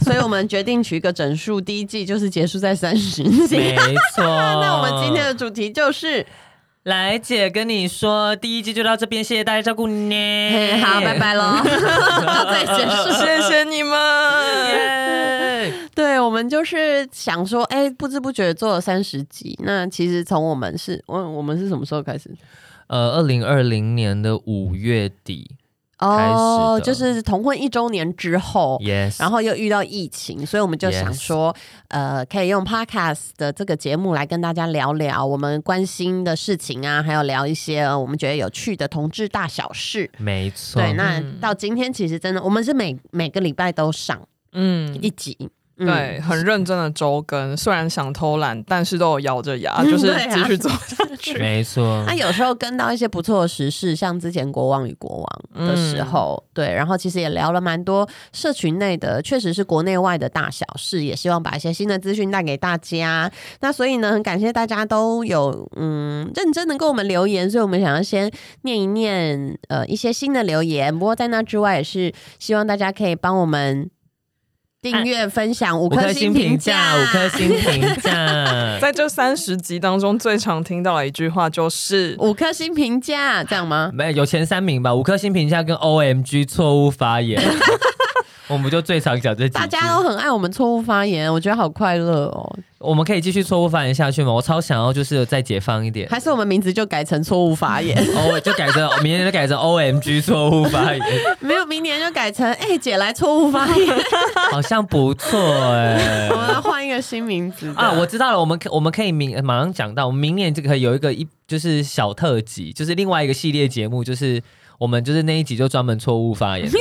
所以我们决定取一个整数，第一季就是结束在三十集。没错。 那我们今天的主题就是，来姐跟你说，第一季就到这边，谢谢大家照顾你。嘿好，拜。拜 喽，到这里结束。谢谢你们。耶，对，我们就是想说，哎、不知不觉做了三十集。那其实从我们是，我我们是什么时候开始？呃，二零二零年的五月底开始哦，的就是同婚一周年之后。 ，yes，然后又遇到疫情，所以我们就 Yes 想说呃，可以用 podcast 的这个节目来跟大家聊聊我们关心的事情啊，还有聊一些、呃我们觉得有趣的同志大小事。没错，对，那嗯到今天其实真的，我们是每每个礼拜都上嗯，一集，嗯、对，很认真的周更，虽然想偷懒，但是都有咬着牙，嗯就是对啊继续做下去。，没错那、，有时候跟到一些不错的时事，像之前《国王与国王》的时候，嗯对，然后其实也聊了蛮多社群内的，确实是国内外的大小事，也希望把一些新的资讯带给大家。那所以呢，很感谢大家都有嗯认真的跟我们留言，所以我们想要先念一念呃一些新的留言。不过在那之外，也是希望大家可以帮我们订阅、分享五五颗颗星星评评价，五颗星评价 在这三十集当中，最常听到的一句话就是五颗星评价，这样吗？ 没有有前三名吧，五颗星评价跟 O M G 错误发 言，我们就最常讲这几句大家都很爱我们错误发言，我觉得好快乐哦。我们可以继续错误发言下去吗？我超想要就是再解放一点， 还是我们名字就改成错误发言，哦，就改成明天就改成 O M G 错误发言，没有明年就改成哎、姐来错误发言， 好像不错哎、我们要换一个新名字啊，我我知道了，我们可我们可以明马上讲到，我们明年这个有一个一就是小特辑，就是另外一个系列节目，就是我们就是那一集就专门错误发言的，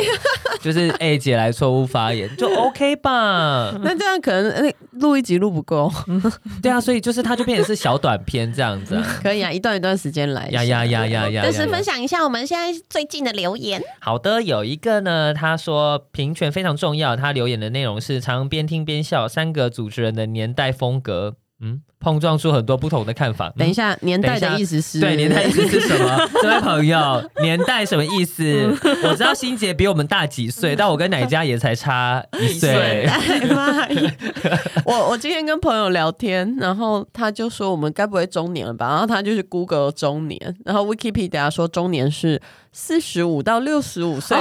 就是 A 姐来错误发言就 OK 吧？那这样可能呃录一集录不够， 对啊，所以就是它就变成是小短片这样子 啊，可以啊，一段一段时间来。呀呀呀呀呀！呀但是呀分享一下我们现在最近的留言，好的，有一个呢，他说平权非常重要。他留言的内容是：常边听边笑，三个主持人的年代风格，嗯，碰撞出很多不同的看法。嗯等一下年代等的一下意思是对，年代意思是什 么？这位朋友，年代什么意思？我知道欣姐比我们大几岁，但我跟奶家也才差一岁。哎妈呀！我我今天跟朋友聊天，然后他就说我们该不会中年了吧？然后他就去 Google 中年，然后 Wikipedia 说中年是四十五到六十五岁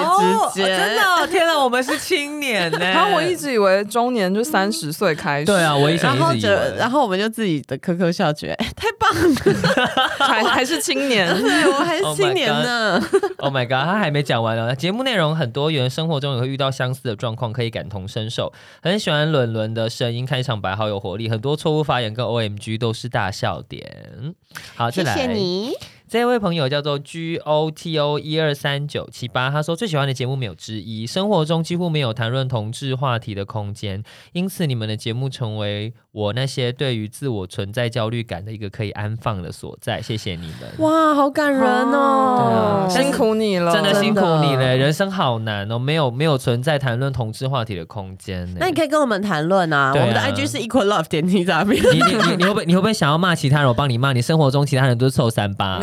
之间、 真的、哦天哪，我们是青年呢、 然后我一直以为中年就三十岁开始，对啊，我以前然后一直就以为，然后我们就自己的科科笑觉，哎太棒了！还还是青年。 对我还是 Oh my 青年呢。 Oh my god，他还没讲完呢。节目内容很多元，生活中也会遇到相似的状况，可以感同身受。很喜欢伦伦的声音，开场白好有活力，很多错误发言跟 OMG 都是大笑点。好，再来。你，这位朋友叫做 G O T O 一二三九七八，他说最喜欢的节目没有之一，生活中几乎没有谈论同志话题的空间，因此你们的节目成为我那些对于自我存在焦虑感的一个可以安放的所在。谢谢你们，哇，好感人哦！对啊嗯辛苦你了，真的真的辛苦你了，人生好难哦，没有没有存在谈论同志话题的空间呢。那你可以跟我们谈论啊，对我啊们的 IG 是 equal love 点 t w。 你你你你会不会你会不会想要骂其他人？我帮你骂，你生活中其他人都是臭三 八，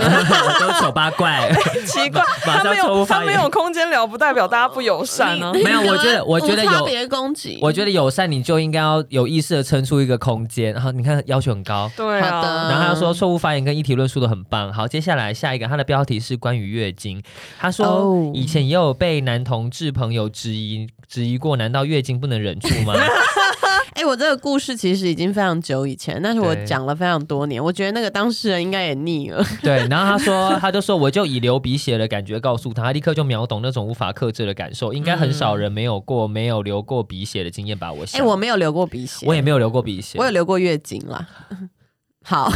都是丑八怪。奇怪，马他上没抽有发他言没有空间聊，不代表大家不友善啊呢、啊没有我觉得我觉得有无差别攻击，我觉得友善你就应该要有意识的撑出一个空间，然后你看要求很高。对好的啊，然后他说错误发言跟议题论述都很棒。好，接下来下一个，他的标题是关于月经。他哦说以前也有被男同志朋友质疑质疑过，难道月经不能忍住吗？哎、我这个故事其实已经非常久以前，但是我对啊讲了非常多年，我觉得那个当事人应该也 腻了。对，然后他说他就说我就以流鼻血的感觉告诉他，他立刻就秒懂那种无法克制的感受，应该很少人没有过没有流过鼻血的经验吧？我哎、想，我没有流过鼻血，我也没有流过鼻血， 我有流过月经啦。好，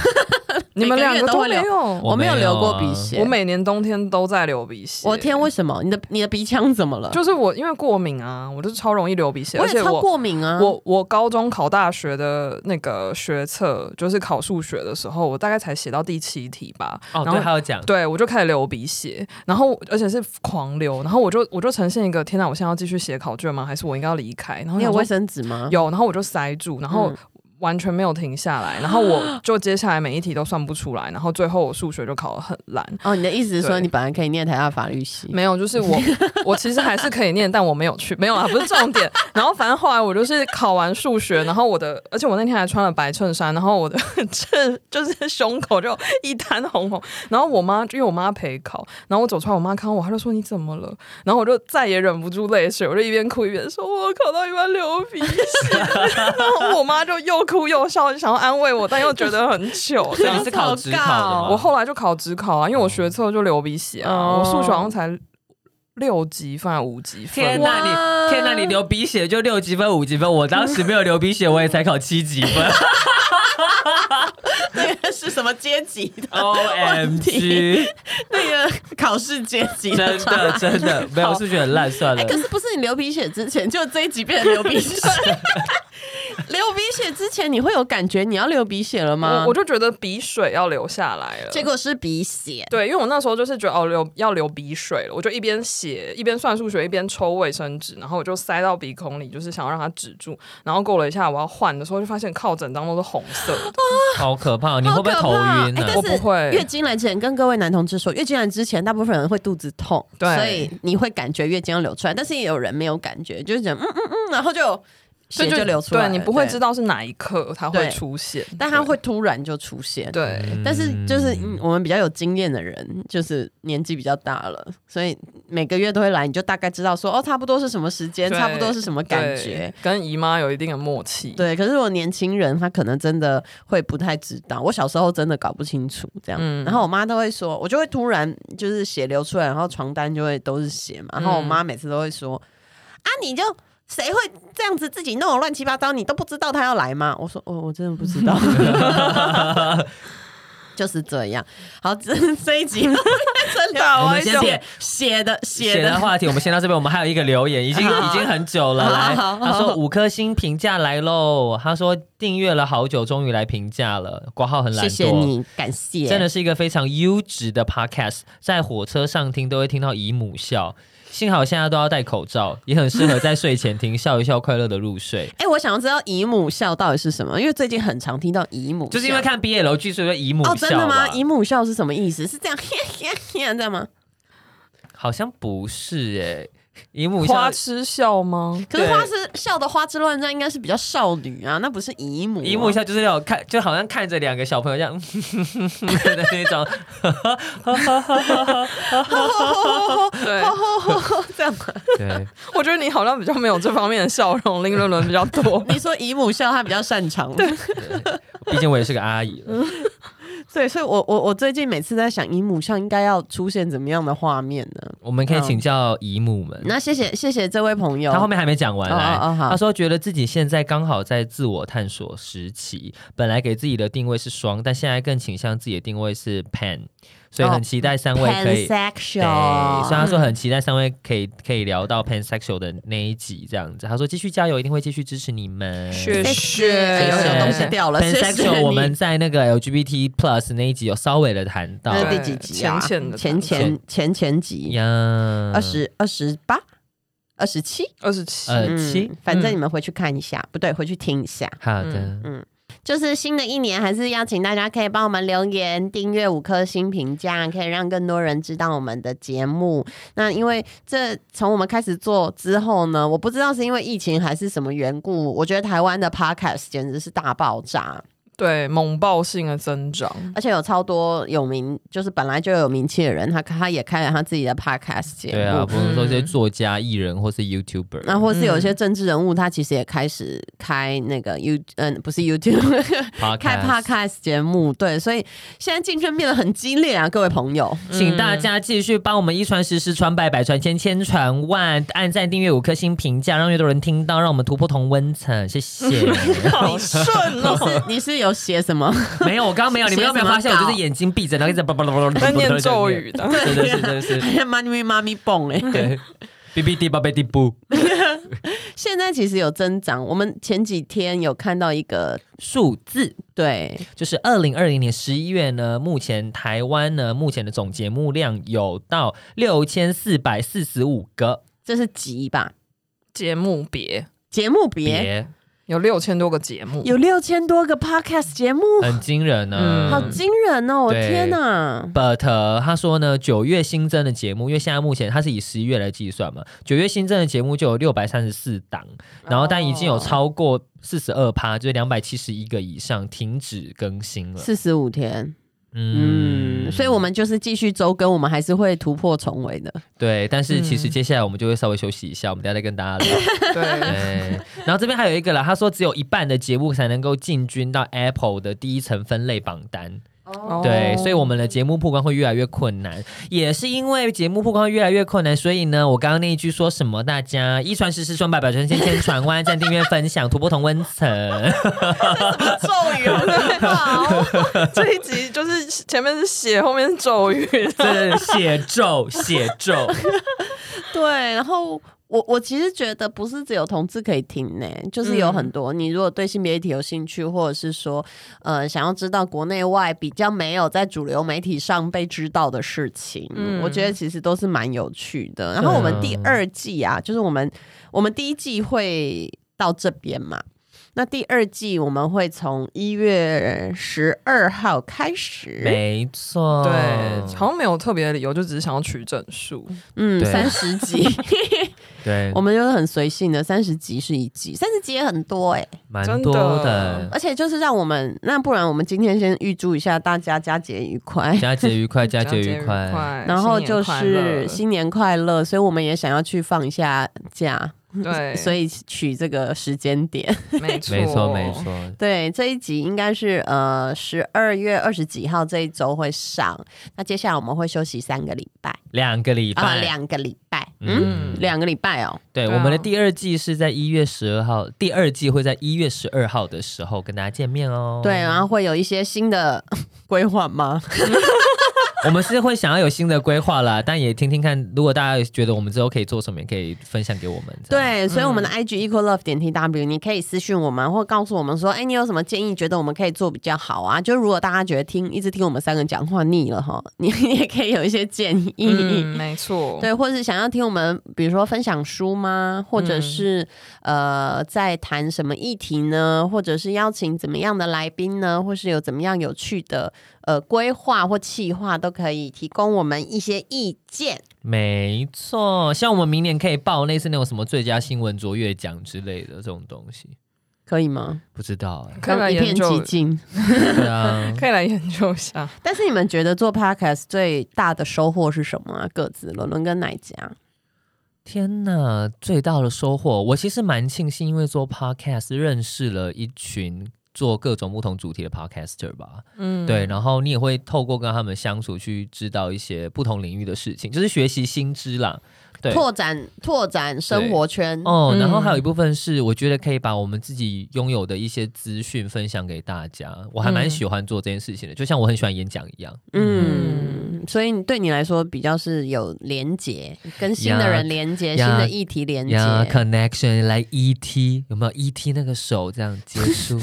你们两每个月都都会没留有，我没有 我没有流过啊鼻血，我每年冬天都在流鼻血。我天，为什么？你的你的鼻腔怎么了？就是我因为过敏啊，我就是超容易流鼻血，我而也且超我过敏啊！我我高中考大学的那个学测，就是考数学的时候，我大概才写到第七题吧。哦，然后对，还有讲，对，我就开始流鼻血，然后而且是狂流，然后我就我就呈现一个天哪，我现在要继续写考卷吗？还是我应该要离开？然后你有想说卫生纸吗？有，然后我就塞住，然后嗯完全没有停下来，然后我 就接下来每一题都算不出来，然后最后我数学就考得很烂。 哦，你的意思是说对你本来可以念台大法律系？没有，就是我，我其实还是可以念，但我没有去，没有啦，不是重点。然后反正后来我就是考完数学，然后我的，而且我那天还穿了白衬衫，然后我的 这就是胸口就一滩红红。然后我妈，因为我妈陪考，然后我走出来，我妈看到我，她就说你怎么了？然后我就再也忍不住泪水，我就一边哭一边说，我考到一半流鼻血。 然后我妈就又哭又笑，想要安慰我，但又觉得很糗。这所以样你是考职考的吗我后来就考职考啊，因为我学测就流鼻血啊，哦我数学好像才六级分还是五级分。天哇哪你，天哪你流鼻血就六级分五级分，我当时没有流鼻血，我也才考七级 分。那个是什么阶级 的？ O M G，那个考试阶级真的真的没有好数学很烂，算了哎、。可是不是你流鼻血之前就这一集变成流 鼻血？流鼻血之前你会有感觉你要流鼻血了吗？我我就觉得鼻水要流下来了。结果是鼻血。对，因为我那时候就是觉得哦流要流鼻水了，我就一边写一边算数学，一边抽卫生纸，然后我就塞到鼻孔里，就是想要让它止住。然后过了一下，我要换的时候，就发现靠整张都是红色的。啊好可怕！你会不会头晕啊哎呢、但是我不会月经来之前，跟各位男同志说，月经来之前，大部分人会肚子痛，对所以你会感觉月经要流出来，但是也有人没有感觉，就是觉得嗯嗯嗯，然后就血就流出来了，对你不会知道，道是哪一刻它会对出现，但它会突然就出现，对。哎对但是就是、嗯、我们比较有经验的人，就是年纪比较大了，所以每个月都会来，你就大概知道说哦，差不多是什么时间，对差不多是什么感觉对。跟姨妈有一定的默契。对，可是我年轻人他可能真的会不太知道，我小时候真的搞不清楚这样，嗯然后我妈都会说，我就会突然就是血流出来，然后床单就会都是血嘛，然嗯后我妈每次都会说、啊，你就谁会这样子自己弄得乱七八糟，你都不知道她要来吗？我说哦，我真的不 知道。就是这样，好，这这 一集真的，我们会先写写的写写的的，话题，我们先到这边。我们还有一个留言，已经好已经很久了。好来，好好他说五颗星评价来喽。他说订阅了好久，终于来评价了。挂号很懒谢惰，谢你，感谢，真的是一个非常优质的 podcast，在火车上听都会听到姨母笑。幸好现在都要戴口罩，也很适合在睡前听，笑一笑，快乐的入睡。哎、我想要知道姨母笑到底是什么，因为最近很常听到姨母笑，就是因为看 BL 剧，所以说姨母笑哦，真的嘛？吗姨母笑是什么意思？是这样， 这样吗？好像不是哎、姨母笑花痴 笑吗？可是对花枝笑的花枝乱颤，应该是比较少女啊，那不是姨母、姨母一。下就是要看，就好像看着两个小朋友这样 的那 种，对，这样吗，。对，我觉得你好像比较没有这方面的笑容，林伦伦比较多你说姨母笑，她比较擅长。 毕竟我也是个阿姨嗯了。对，所以我我我最近每次在想，姨母笑应该要出现怎么样的画面呢？我们可以请教姨母们。那谢谢谢谢这位朋友，他后面还没讲完，哦来，哦哦好他说觉得自己现在刚好在自我探索时期，本来给自己的定位是双，但现在更倾向自己的定位是 pan，所以很期待三位可以。对，所以哦 pansexual，他说很期待三位可以可以聊到 pansexual 的那一集这样子。他说继续加油，一定会继续支持你们。谢哎谢呦谢有东西掉了，谢谢 pansexual 你我们在那个 LGBT plus 那一集有稍微的谈到那是对第几集啊？浅浅的前前前前集，呀，二十二十八、二十七，二十七，呃七嗯，反正你们回去看一下，不对，回去听一下。好嗯的，就是新的一年，还是邀请大家可以帮我们留言、订阅五颗星评价，可以让更多人知道我们的节目。那因为这从我们开始做之后呢，我不知道是因为疫情还是什么缘故，我觉得台湾的 podcast 简直是大爆炸，对，猛爆性的增长。而且有超多有名，就是本来就有名气的人，他他也开了他自己的 podcast 节目。对啊，不是说这些嗯作家、艺人或是 YouTuber，那或是有一些政治人物，他其实也开始开那个 You，嗯、不是 YouTube，开 Podcast 节目。对，所以现在竞争变得很激烈啊，各位朋友。请大家继续帮我们一传十，十传百，百传千，千传万，按赞、订阅、五颗星评价，让越多人听到，让我们突破同温层，谢谢。好顺哦你是你是有有写什么？没有，我刚刚没有，你们有没有发现我就是眼睛闭着，然后一直叭叭叭叭叭在念咒语，的。真的是真的是， 妈咪妈咪蹦哎、对，B B D 八 B D 不，现在其实有增长。我们前几天有看到一个数字，对，就是二零二零年十一月呢，目前台湾呢目前的总节目量有到六千四百四十五个这是集吧？节目别节目别别，有六千多个节目，有六千多个 podcast 节目， 很惊人呢。嗯好惊人哦！我对天哪， But 呃他说呢，九月新增的节目，因为现在目前他是以十一月来计算嘛，九月新增的节目就有六百三十四档，然后但已经有超过四十二趴，就是两百七十一个以上停止更新了。四十五天，嗯，嗯，所以我们就是继续周更，我们还是会突破重围的。对，但是其实嗯接下来我们就会稍微休息一下，我们等一下再跟大家 聊。对，对，然后这边还有一个啦，他说只有一半的节目才能够进军到 Apple 的第一层分类榜单。哦对，所以我们的节目曝光会越来越困难，也是因为节目曝光越来越困难，所以呢，我刚刚那一句说什么？大家一传十，十传百，百传千，千传万，赞、订阅、分享，突破同温层。咒语好，这一集就是前面是血，后面是咒语，这写咒，写 咒。对，然后我我其实觉得不是只有同志可以听呢，就是有很多、你如果对性别议题有兴趣，或者是说呃想要知道国内外比较没有在主流媒体上被知道的事情，嗯我觉得其实都是蛮有趣的。然后我们第二季啊，就是我们我们第一季会到这边嘛。那第二季我们会从一月十二号开始，没错，对，好像没有特别的理由，就只是想要取整数，嗯，对三十集，对我，们就是很随性的，三十集是一集，三十集也很多哎、蛮真多的的。而且就是让我们，那不然我们今天先预祝一下大家佳节愉快，佳节愉快，佳节这样愉快。 然后哎新就年快乐是新年快乐，所以我们也想要去放一下假，对，所以取这个时间点。 以没错没错，没，错。对，这一集应该是呃十二月二十几号这一周会上，那接下来我们会休息三个礼拜两个礼啊，拜，两个礼拜，嗯，嗯，两个礼拜哦，对，对啊我们的第二季是在一月十二号，第二季会在一月十二号的时候跟大家见面哦。对，然后会有一些新的 规划吗？ 我们是会想要有新的规划啦，但也听听看，如果大家觉得我们之后可以做什么，也可以分享给我们。这样，对，所以我们的嗯 IG equal love 点 tw，你可以私讯我们，或告诉我们说，哎，你有什么建议，觉得我们可以做比较好啊？就如果大家觉得听一直听我们三个讲话腻了哈， 你你也可以有一些建议。嗯，没错，对，或者是想要听我们，比如说分享书吗？或者是、嗯呃，在谈什么议题呢？或者是邀请怎么样的来宾呢？或是有怎么样有趣的呃规划或企划，都可以提供我们一些意见。没错。像我们明年可以报类似那种什么最佳新闻卓越奖之类的这种东西，可以吗？不知道哎、可以来一片研究寂静。对啊，可以来研究一下。但是你们觉得做 podcast 最大的收获是什么啊？各自伦伦跟奶家，天呐，最大的收获，我其实蛮庆幸，因为做 podcast 认识了一群做各种不同主题的 podcaster 吧。嗯，对，然后你也会透过跟他们相处去知道一些不同领域的事情，就是学习新知啦。对，拓展拓展生活圈。哦，嗯然后还有一部分是我觉得可以把我们自己拥有的一些资讯分享给大家，我还蛮嗯喜欢做这件事情的，就像我很喜欢演讲一样。嗯，所以你对你来说比较是有连结，跟新的人连结，呀新的议题连结。呀，connection 来 ET 有没有 ET 那个手这样结 束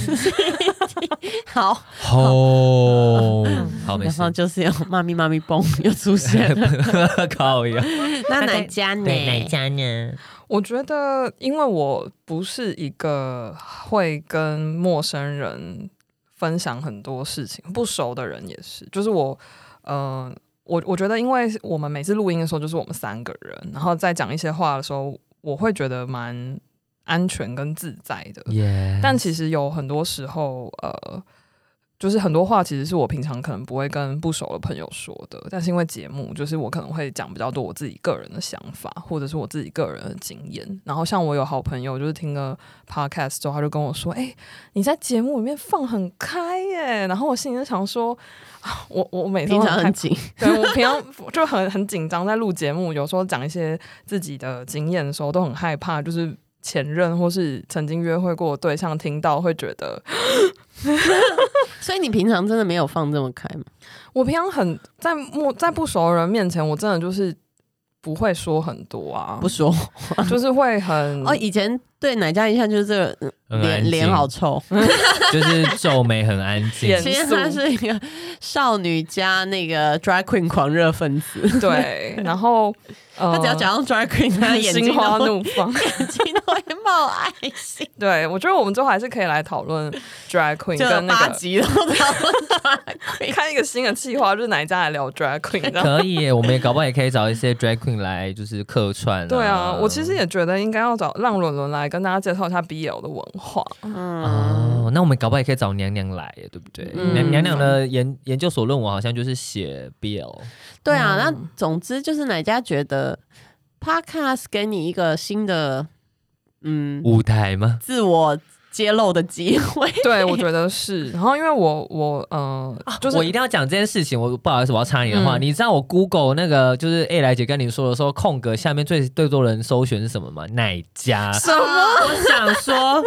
好，吼，好没然事后，就是有妈咪妈咪蹦又 出现了。靠呀，那奶家呢？家呢？我觉得，因为我不是一个会跟陌生人分享很多事情，不熟的人也是，就是我，呃，我我觉得，因为我们每次录音的时候就是我们三个人，然后在讲一些话的时候，我会觉得蛮安全跟自在的。耶，但其实有很多时候，呃，就是很多话其实是我平常可能不会跟不熟的朋友说的，但是因为节目，就是我可能会讲比较多我自己个人的想法，或者是我自己个人的经验。然后像我有好朋友，就是听了 podcast 之后，他就跟我说：“哎、你在节目里面放很开耶。”然后我心里就想说。 啊我我每次都平常害很哦紧，对我平常就很很紧张，在录节目，有时候讲一些自己的经验的时候，都很害怕，就是前任或是曾经约会过的对象听到会觉得所以你平常真的没有放这么开吗？我平常很在陌在不熟的人面前，我真的就是不会说很多啊，不说就是会很哦，以前对奶家印象就是这个嗯很安脸静脸好臭，就是皱眉很安静 眼。其实她是一个少女加那个 drag queen 狂热分子，对， 然后呃，她只要讲到 drag queen，她眼睛心花都会怒放。眼睛都会冒爱心，对，我觉得我们最后还是可以来讨论 drag queen 就跟那八个集都讨论 drag queen。开一个新的计划，就是哪一家来聊 drag queen 这样。可以耶，我们也搞不好也可以找一些 drag queen 来，就是客串、对啊，我其实也觉得应该要找让伦伦来跟大家介绍一下 BL 的文 化。嗯哦，那我们搞不好也可以找娘娘来耶，对不对？嗯娘娘娘的研研究所论文好像就是写 BL，对啊，嗯那总之就是奶家觉得 podcast 给你一个新的嗯舞台吗？自我揭露的机会。对，我觉得是。然后因为我我呃，啊就是我一定要讲这件事情，我不好意思，我要插你的话。嗯你知道我 Google 那个就是 A 来姐跟你说的时候，空格下面最最多人搜寻是什么吗？奶家。什么？我想说，为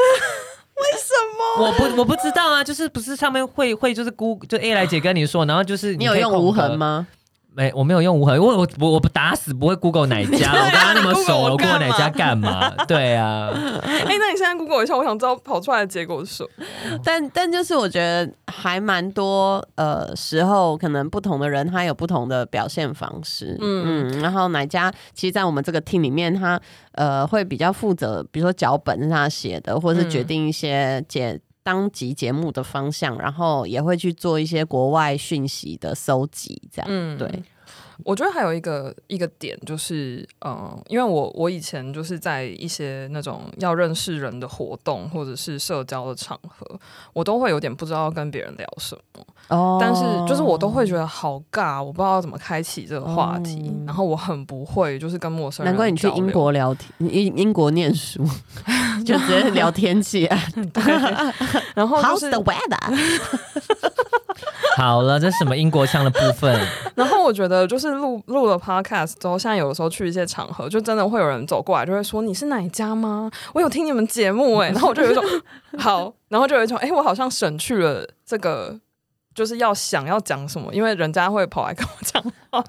什么？我不我不知道啊，就是不是上面会会就是 Google 就 A 来姐跟你说，然后就是你有用无痕？吗？没，我没有用无痕，因为我我我不打死不会 Google 哪 家，我跟他那么熟，你 Google 我我 Google 干嘛哪家干嘛？对啊，哎、那你现在 Google 一下，我想知道跑出来的结果是什么。但但就是我觉得还蛮多呃时候，可能不同的人他有不同的表现方式，嗯嗯嗯。然后奶家其实，在我们这个 team 里面，他呃会比较负责，比如说脚本是他写的，或是决嗯定一些节当集节目的方向，然后也会去做一些国外讯息的搜集，这样、嗯对。我觉得还有一个一个点就是，嗯、因为我我以前就是在一些那种要认识人的活动或者是社交的场合，我都会有点不知道跟别人聊什么，哦嗯但是就是我都会觉得好尬，我不知道怎么开启这个话题，哦然后我很不会就是跟陌生人。难怪你去英，国聊天，你英英国念书， 就直接聊天 气啊然后就，How's 是 the weather？好了，这是什么英国腔的部分？然后我觉得就是录录了 podcast 之后，现在有的时候去一些场合，就真的会有人走过来，就会说你是哪一家吗？我有听你们节目哎、然后我就有 一种好，然后就有一种哎、我好像省去了这个。就是要想要讲什么，因为人家会跑来跟我讲话。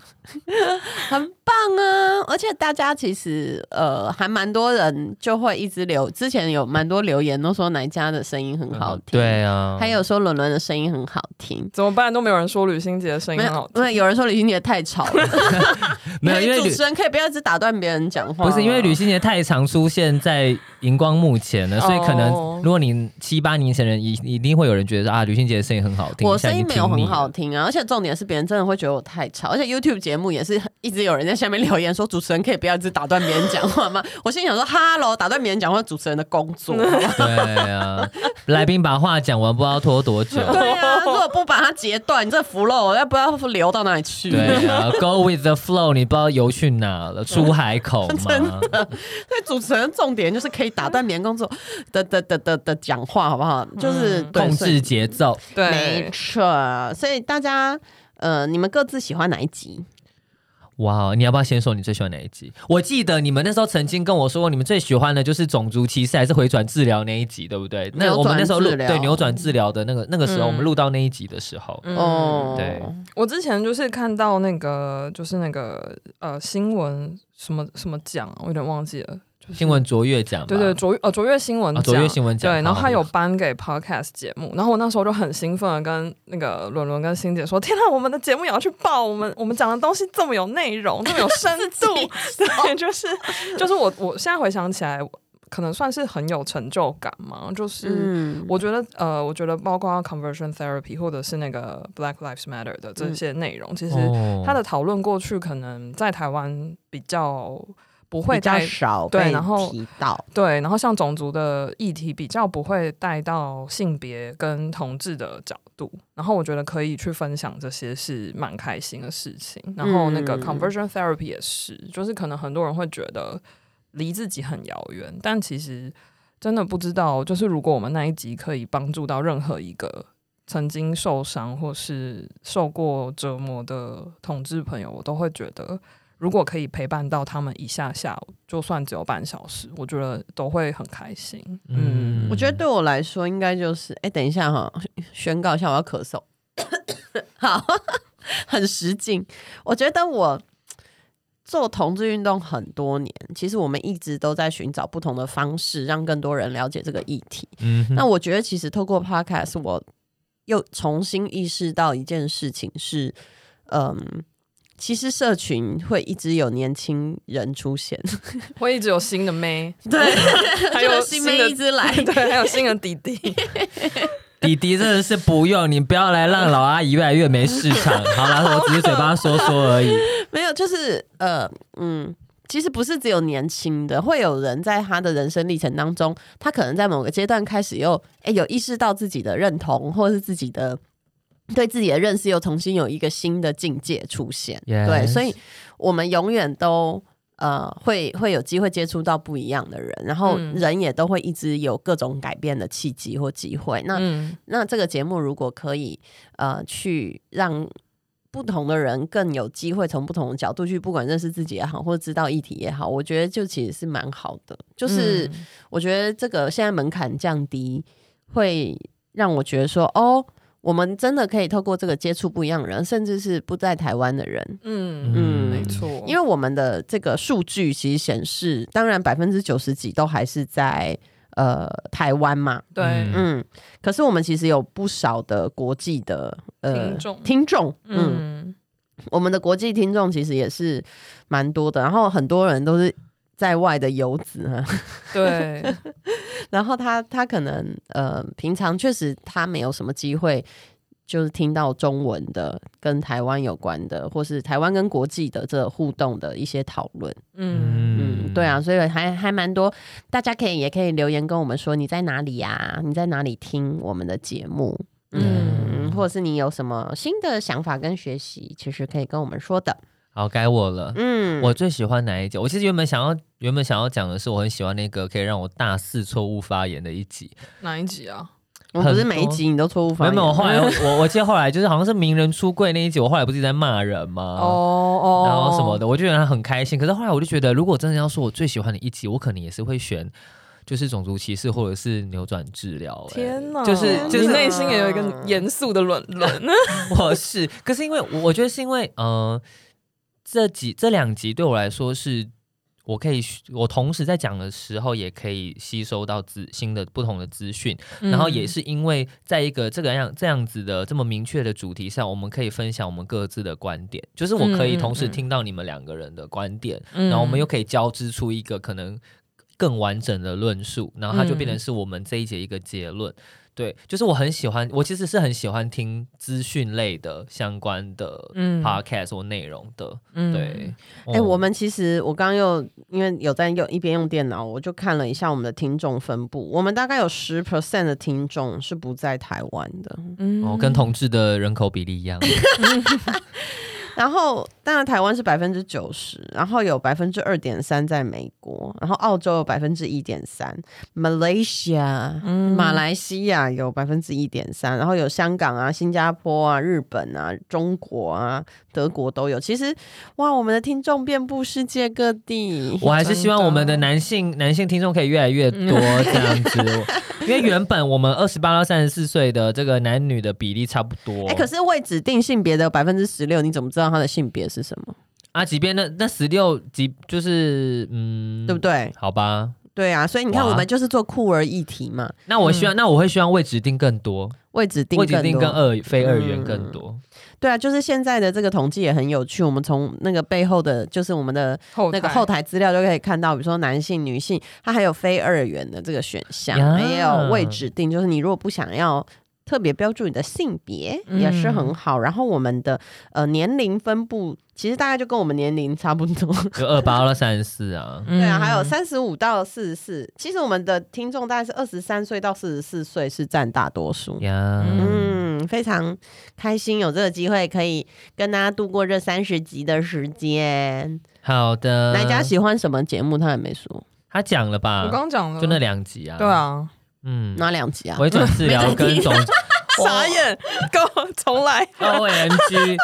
很棒啊！而且大家其实呃，还蛮多人就会一直留，之前有蛮多留言都说哪一家的声音很 好听，，对啊，还有说伦伦的声音很好听。怎么办？都没有人说吕欣杰的声音没很好有，听因。为有人说李心洁太吵了， 没有？因为主吕持人可以不要一直打断别人讲话。啊不是因为吕新杰太常出现在荧光幕前了，所以可能哦如果你七八年前的人一一定会有人觉得说啊，吕新杰的声音很好听，我现在声已音经没有听很腻好了，听啊，而且重点是别人真的会觉得我太吵，而且 YouTube 节目也是一直有人在下面留言说主持人可以不要一直打断别人讲话吗？ 我心想说哈喽，打断别人讲话是主持人的工作。好吧 对啊，来宾把话讲完，不知道拖多 久。对啊，如果不把它截断，你这腐肉我要不要流到哪里去？对啊，Go with the flow，你不知道游去哪了，出海口 吗？所以主持人重点就是可以打断别人工作的的的的的讲话，好不好？就是对控所以制节奏。没嗯对，错，所以大家呃，你们各自喜欢哪一集？哇，你要不要先说你最喜欢哪一集？我记得你们那时候曾经跟我说过，你们最喜欢的就是种族歧视还是回转治疗那一集，对不对？那我们那时候录扭转治疗对扭转治疗的那个那个时候，嗯我们录到那一集的时候，哦、哦，对我之前就是看到那个，就是那个呃新闻什么什么奖啊，我有点忘记了，就是新闻卓越奖吧，对对，卓越呃卓越新闻啊奖，卓越新闻奖对，然后好他有颁给 podcast 节目，然后我那时候就很兴奋的跟那个伦伦跟欣姐说：“天啊，我们的节目也要去报，我们我们讲的东西这么有内容，这么有 深度，哦对， 就是就是我我现在回想起来，可能算是很有成就感嘛，就是。嗯，我觉得，呃，我觉得包括 conversion therapy 或者是那个 Black Lives Matter 的嗯这些内容，其实哦它的讨论过去可能在台湾比较不会比较太少对被然后提到，对，然后像种族的议题比较不会带到性别跟同志的角度，然后我觉得可以去分享这些是蛮开心的事情。然后那个嗯 conversion therapy 也是，就是可能很多人会觉得离自己很遥远，但其实真的不知道，就是如果我们那一集可以帮助到任何一个。曾经受伤或是受过折磨的同志朋友，我都会觉得，如果可以陪伴到他们一下下，就算只有半小时，我觉得都会很开心。嗯，我觉得对我来说，应该就是，哎、等一下哈，宣告一下，我要咳嗽。好， 很实劲。我觉得我做同志运动很多年，其实我们一直都在寻找不同的方式，让更多人了解这个议题。嗯哼，那我觉得，其实透过 podcast，我又重新意识到一件事情是，嗯，其实社群会一直有年轻人出现，会一直有新的妹， 对，还有新新妹的一直来 对，还有新的弟弟。弟弟真的是不用，你不要来让老阿姨越来越没市 场。好啦，我只是嘴巴说说而已。 没有，就是呃，嗯，其实不是只有年轻的，会有人在他的人生历程当中，他可能在某个阶段开始又哎有意识到自己的认同，或是自己的对自己的认识又重新有一个新的境界出现。 Yes 对，所以我们永远都。呃，会会有机会接触到不一样的人，然后嗯人也都会一直有各种改变的契机或机会。那嗯，那这个节目如果可以，呃，去让不同的人更有机会从不同的角度去，不管认识自己也好，或者知道议题也好，我觉得就其实是蛮好的。就是嗯我觉得这个现在门槛降低，会让我觉得说，哦，我们真的可以透过这个接触不一样的人，甚至是不在台湾的人，嗯，嗯没错，因为我们的这个数据其实显示，当然百分之九十几都还是在呃台湾嘛，对，嗯，可是我们其实有不少的国际的呃听众听众，嗯，嗯，我们的国际听众其实也是蛮多的，然后很多人都是在外的游子啊， 对，然后他他可能呃平常确实他没有什么机会。就是听到中文的跟台湾有关的，或是台湾跟国际的这互动的一些讨论，嗯，嗯，对啊，，所以还还蛮多，大家可以也可以留言跟我们说你在哪里呀、你在哪里听我们的节目？嗯，或者是你有什么新的想法跟学习，其实可以跟我们说的。好，该我了。嗯，我最喜欢哪一集？我其实原本想要原本想要讲的是，我很喜欢那个可以让我大肆错误发言的一集。哪一集啊？我们不是很多每一集你都错误没发有，言没吗，有，我 后来哦我我记得后来就是好像是名人出柜那一集，我后来不是一直在骂人吗？哦哦，啊然后什么的，我就觉得很开心。可是后来我就觉得，如果真的要说我最喜欢的一集，我可能也是会选，就是种族歧视或者是扭转治疗、欸。天哪！就是就是你内心也有一个严肃的 论论， 我是，可是因为我我觉得是因为，呃，这几这两集对我来说是，我可以我同时在讲的时候，也可以吸收到资新的不同的资讯，嗯然后也是因为在一个这个样这样子的这么明确的主题上，我们可以分享我们各自的观点，就是我可以嗯嗯同时嗯听到你们两个人的观点，嗯，然后我们又可以交织出一个可能更完整的论述，然后它就嗯变成是我们这一节一个结论。对，就是我很喜欢，我其实是很喜欢听资讯类的相关的嗯 podcast 或内容的。嗯对，哎、哎我们其实我刚刚又因为有在用一边用电脑，我就看了一下我们的听众分布，我们大概有十 percent 的听众是不在台湾的，嗯哦，跟同志的人口比例一样， 然后当然台湾是百分之九十，然后有百分之二点三在美国，然后澳洲有百分之一点三，Malaysia、嗯马来西亚有百分之一点三，然后有香港啊、新加坡啊、日本啊、中国啊、德国都有。其实哇，我们的听众遍布世界各地。我还是希望真的我们的男性男性听众可以越来越多嗯这样子，因为原本我们二十八到三十四岁的这个男女的比例差不多。哎、可是未指定性别的百分之十六，你怎么知道他的性别是什么？啊，即便那那十六即就是嗯，对不？对？好吧，对啊，所以你看，哇我们就是做酷儿议题嘛，那我希望，那我会希望未指定更多，未指嗯定未指更定多跟二非二元更多。对啊，就是现在的这个统计也很有趣。我们从那个背后的，就是我们的 后那个台后台资料就可以看到，比如说男性、女性，它还有非二元的这个选项呀，也有未指定，就是你如果不想要。特别标注你的性别嗯也是很好，然后我们的呃年龄分布其实大概就跟我们年龄差不多， 就二八到三十四啊，嗯对啊，还有三十五到四十四，其实我们的听众大概是二十三岁到四十四岁是占大多数，呀，嗯，非常开心有这个机会可以跟大家度过这三十集的时间。好的。哪一家喜欢什么节目？他也没说他讲了吧我？刚刚讲了，啊就那两集啊。对，啊，嗯，哪两集啊？微整治疗跟 总 傻眼，跟我重来， O N G。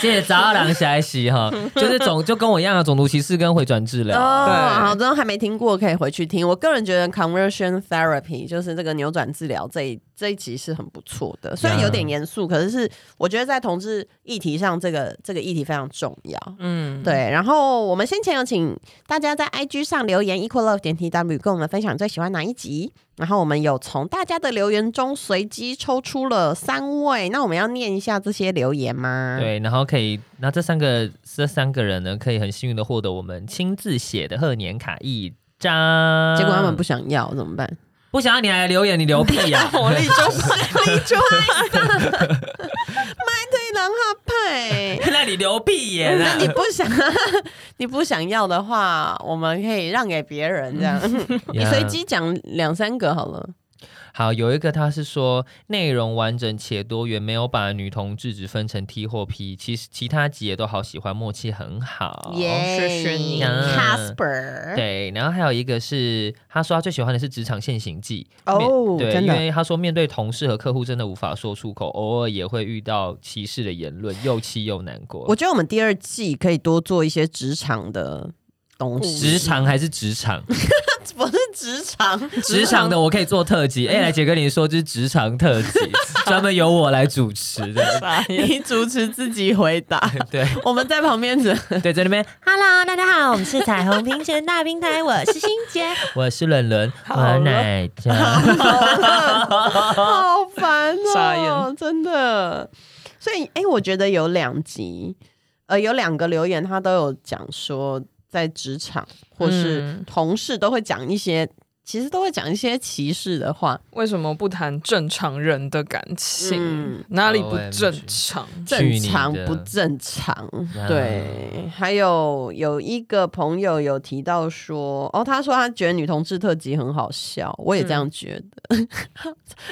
这杂狼来洗哈，就是种就跟我一样的种族歧视跟回转治疗。哦，对好，真的还没听过，可以回去听。我个人觉得 conversion therapy 就是这个扭转治疗这一这一集是很不错的，虽然有点严肃，可是是我觉得在同志议题上，这个这个议题非常重要。 嗯，对，然后我们先前有请大家在 IG 上留言 equal love 点 tw 跟我们分享最喜欢哪一集，然后我们有从大家的留言中随机抽出了三位，那我们要念一下这些留言吗？，对，然后可以，那这三个这三个人呢，可以很幸运的获得我们亲自写的贺年卡一张。结果他们不想要怎么办？ 不想要你来留言，你留屁 呀、我力就是你就爱上，卖 对狼哈派。 那你留屁啊耶、 那 你不想，你不想要的话，我们可以让给别人这样。嗯你随机讲两三个好了。好，有一个他是说内容完整且多元，没有把女同志只分成 T 或 P，其实其他集也都好喜欢，默契很好。谢谢哦你啊，Casper。对，然后还有一个是，他说他最喜欢的是《职场现行记》面哦对，真因的为他说面对同事和客户真的无法说出口，偶尔也会遇到歧视的言论，又气又难过我。觉得我们第二季可以多做一些职场的东西。职场还是职场，不是 职场，职场的我可以做 特辑。哎、来姐跟你说，这是职场特辑，专门由我来主持的。傻眼。你主持自己回答，对 我们在旁边只 对，在那边 Hello，大家好，我们是彩虹平权大平台，我是欣姐。 我是伦伦，了我奶 茶。好烦傻哦、眼真的。所以，哎、我觉得有两集，呃，有两个留言，他都有讲说，在职场或是嗯同事都会讲一些，其实都会讲一些歧视的话。为什么不谈正常人的感情？嗯哪里不正常？正常去你的不正常呀？对，还有有一个朋友有提到说，哦，他说他觉得女同志特辑很好笑，我也这样觉得，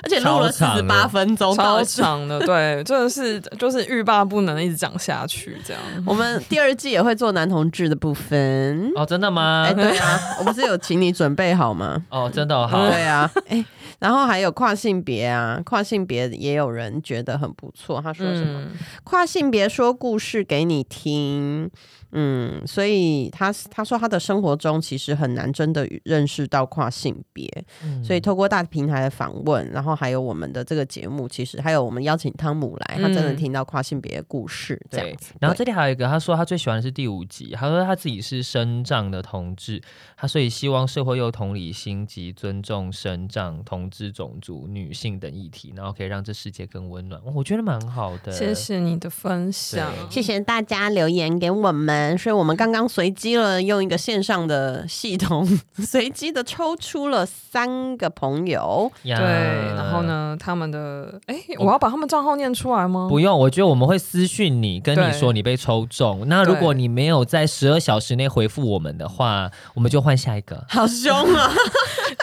而且录了嗯四超十长八的分钟，到超底是长的，对，真的是就是欲罢不能，一直讲下去这样。我们第二季也会做男同志的部分。哦，真的吗哎、？对啊，我不是有请你准备好吗？哦，真的哦好。对啊，哎、然后还有跨性别啊，跨性别也有人觉得很不错。他说什么？嗯，跨性别说故事给你听，嗯，所以他他说他的生活中其实很难真的认识到跨性别，嗯所以透过大平台的访问，然后还有我们的这个节目，其实还有我们邀请汤姆来，他真的嗯听到跨性别的故事，这样对子，。然后对这里还有一个，他说他最喜欢的是第五集，他说他自己是生障的同志，他所以希望社会有同理心及尊重生障、同志、种族、女性等议题，然后可以让这世界更温暖。哦我觉得蛮好的，谢。谢你的分享，谢谢大家留言给我们，所以我们刚刚随机了用一个线上的系统， 随机的抽出了三个朋友，对对，呃然后？呢，他们的哎，我要把他们账号念出来吗？ 不用，我觉得我们会私讯你，跟你对说你被抽中。那如对果你没有在十二小时内回复我们的话，我们就换下一个。好凶啊！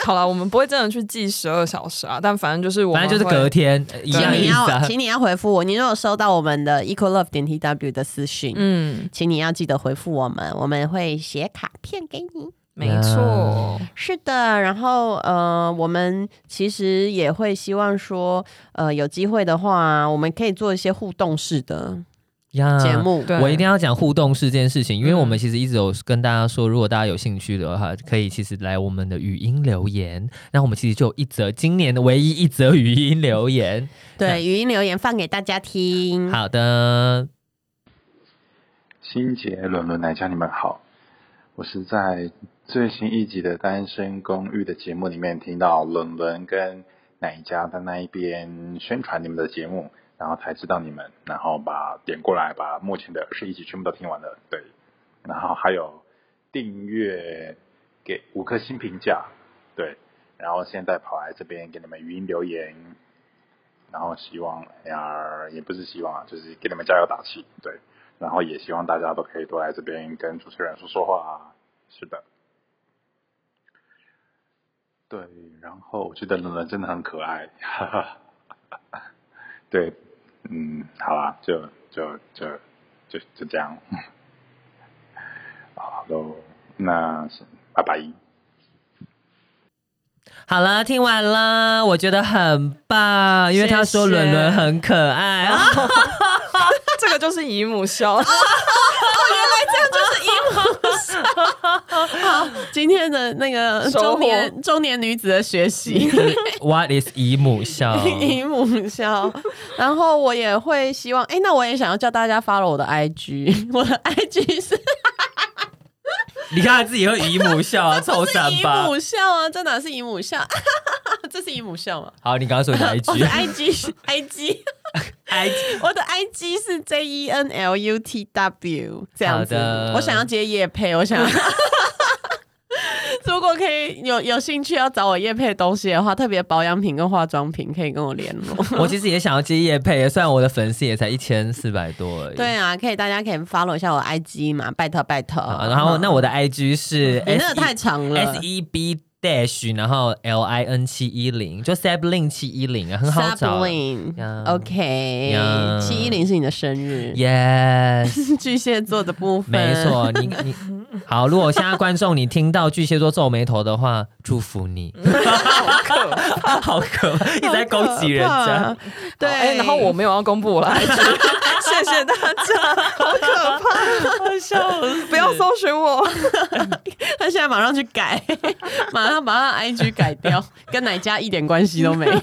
好了，我们不会真的去记十二小时啊，但反正就是我们反正就是会隔天呃一样对请的你意思要，啊。请你要回复我。你如果收到我们的 equal love 点 tw 的私讯，嗯，请你要记得回复我们，我们会写卡片给你。没错，是的，然后呃，我们其实也会希望说，呃，有机会的话，我们可以做一些互动式的呀节目。对我一定要讲互动式这件事情，因为嗯我们其实一直有跟大家说，如果大家有兴趣的话，可以其实来我们的语音留言。那我们其实就有一则今年的唯一一则语音留言。对，语音留言放给大家听。好的，新杰、伦伦、奶茶，你们好，我是在最新一集的《单身公寓》的节目里面听到伦伦跟奶家在那一边宣传你们的节目，然后才知道你们，然后把点过来，把目前的二十一集全部都听完了，对，然后还有订阅给五颗星评价，对，然后现在跑来这边给你们语音留言，然后希望哎呀，也不是希望啊，就是给你们加油打气，对。然后也希望大家都可以多来这边跟主持人说说话啊。是的，对，然后我觉得冷冷真的很可爱， 哈哈。对，嗯，好啦，就就就就就这样， 好喽，那是拜拜。好了，听完了，我觉得很棒，因为他说谢谢哦伦伦很可爱。啊这个就是姨母笑。今天的那个收中获年中年女子的学习， What is 姨母笑？ 姨母笑。然后我也会希望，哎、那我也想要叫大家 follow 我的 IG，我的 IG 是你看他自己会姨母笑啊，臭是三姨八。母笑啊，这哪是姨母笑？ 这是姨母笑吗？好，你刚刚说你的 我的 IG， IG IG，我的 IG 是 J E N L U T W 这样子好的。我想要接叶配，我想要。 如果可以有有兴趣要找我叶配的东西的话，特别保养品跟化妆品可以跟我联络。我其实也想要接叶配，虽然我的粉丝也才一千四百多而已。对啊，可以，大家可以 follow 一下我的 IG 嘛，拜托拜托。啊好，然后那我的 IG 是 嗯 E，你那个太长了 S E B dash，然后 L I N 七一零，就 Sablin 七一零啊，很好找。呀 Sablin，OK，呀七一零是你的生日， Yes。 巨蟹座的部分，没，错，你 你好。如果现在观众你听到巨蟹座皱眉头的话，祝福 你。好可怕，一直在勾起人家。。对，哎然后我没有要公布我的 IG，谢谢大家，好 可怕，笑死！不要搜寻我，他现在马上去改， 马上把他的 IG 改掉， 跟奶家一点关系都没有。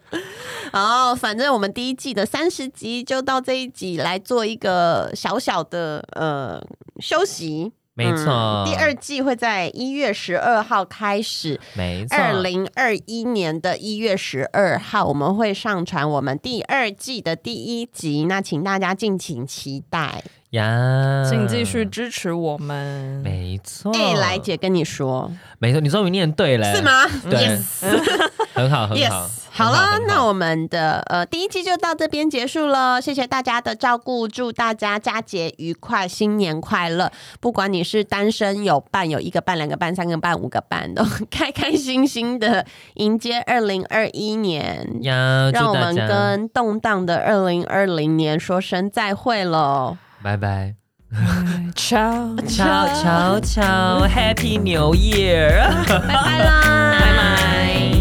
好，反正我们第一季的三十集就到这一集来做一个小小的呃休息。没错嗯，第二季会在一月十二号开始，没错，二零二一年的一月十二号，我们会上传我们第二季的第一集，那请大家敬请期待。呀，请继续。支持我嗯们。没错，哎、来姐跟你说，没错，你终于念对了，是？吗对？Yes。 很好，很 Yes，好。好了，那我我们的呃第一季就到这边结束了，谢谢大家的照顾，祝大家佳节愉快，新年快乐！不管你是单身有伴，有一个伴、两个伴、三个伴、五个伴，都 开开心心的迎接二零二一年。呀，让祝我大们家跟动荡的二零二零年说声再会 喽！拜拜。 Ciao。悄悄悄，Happy New Year！拜拜啦，拜拜。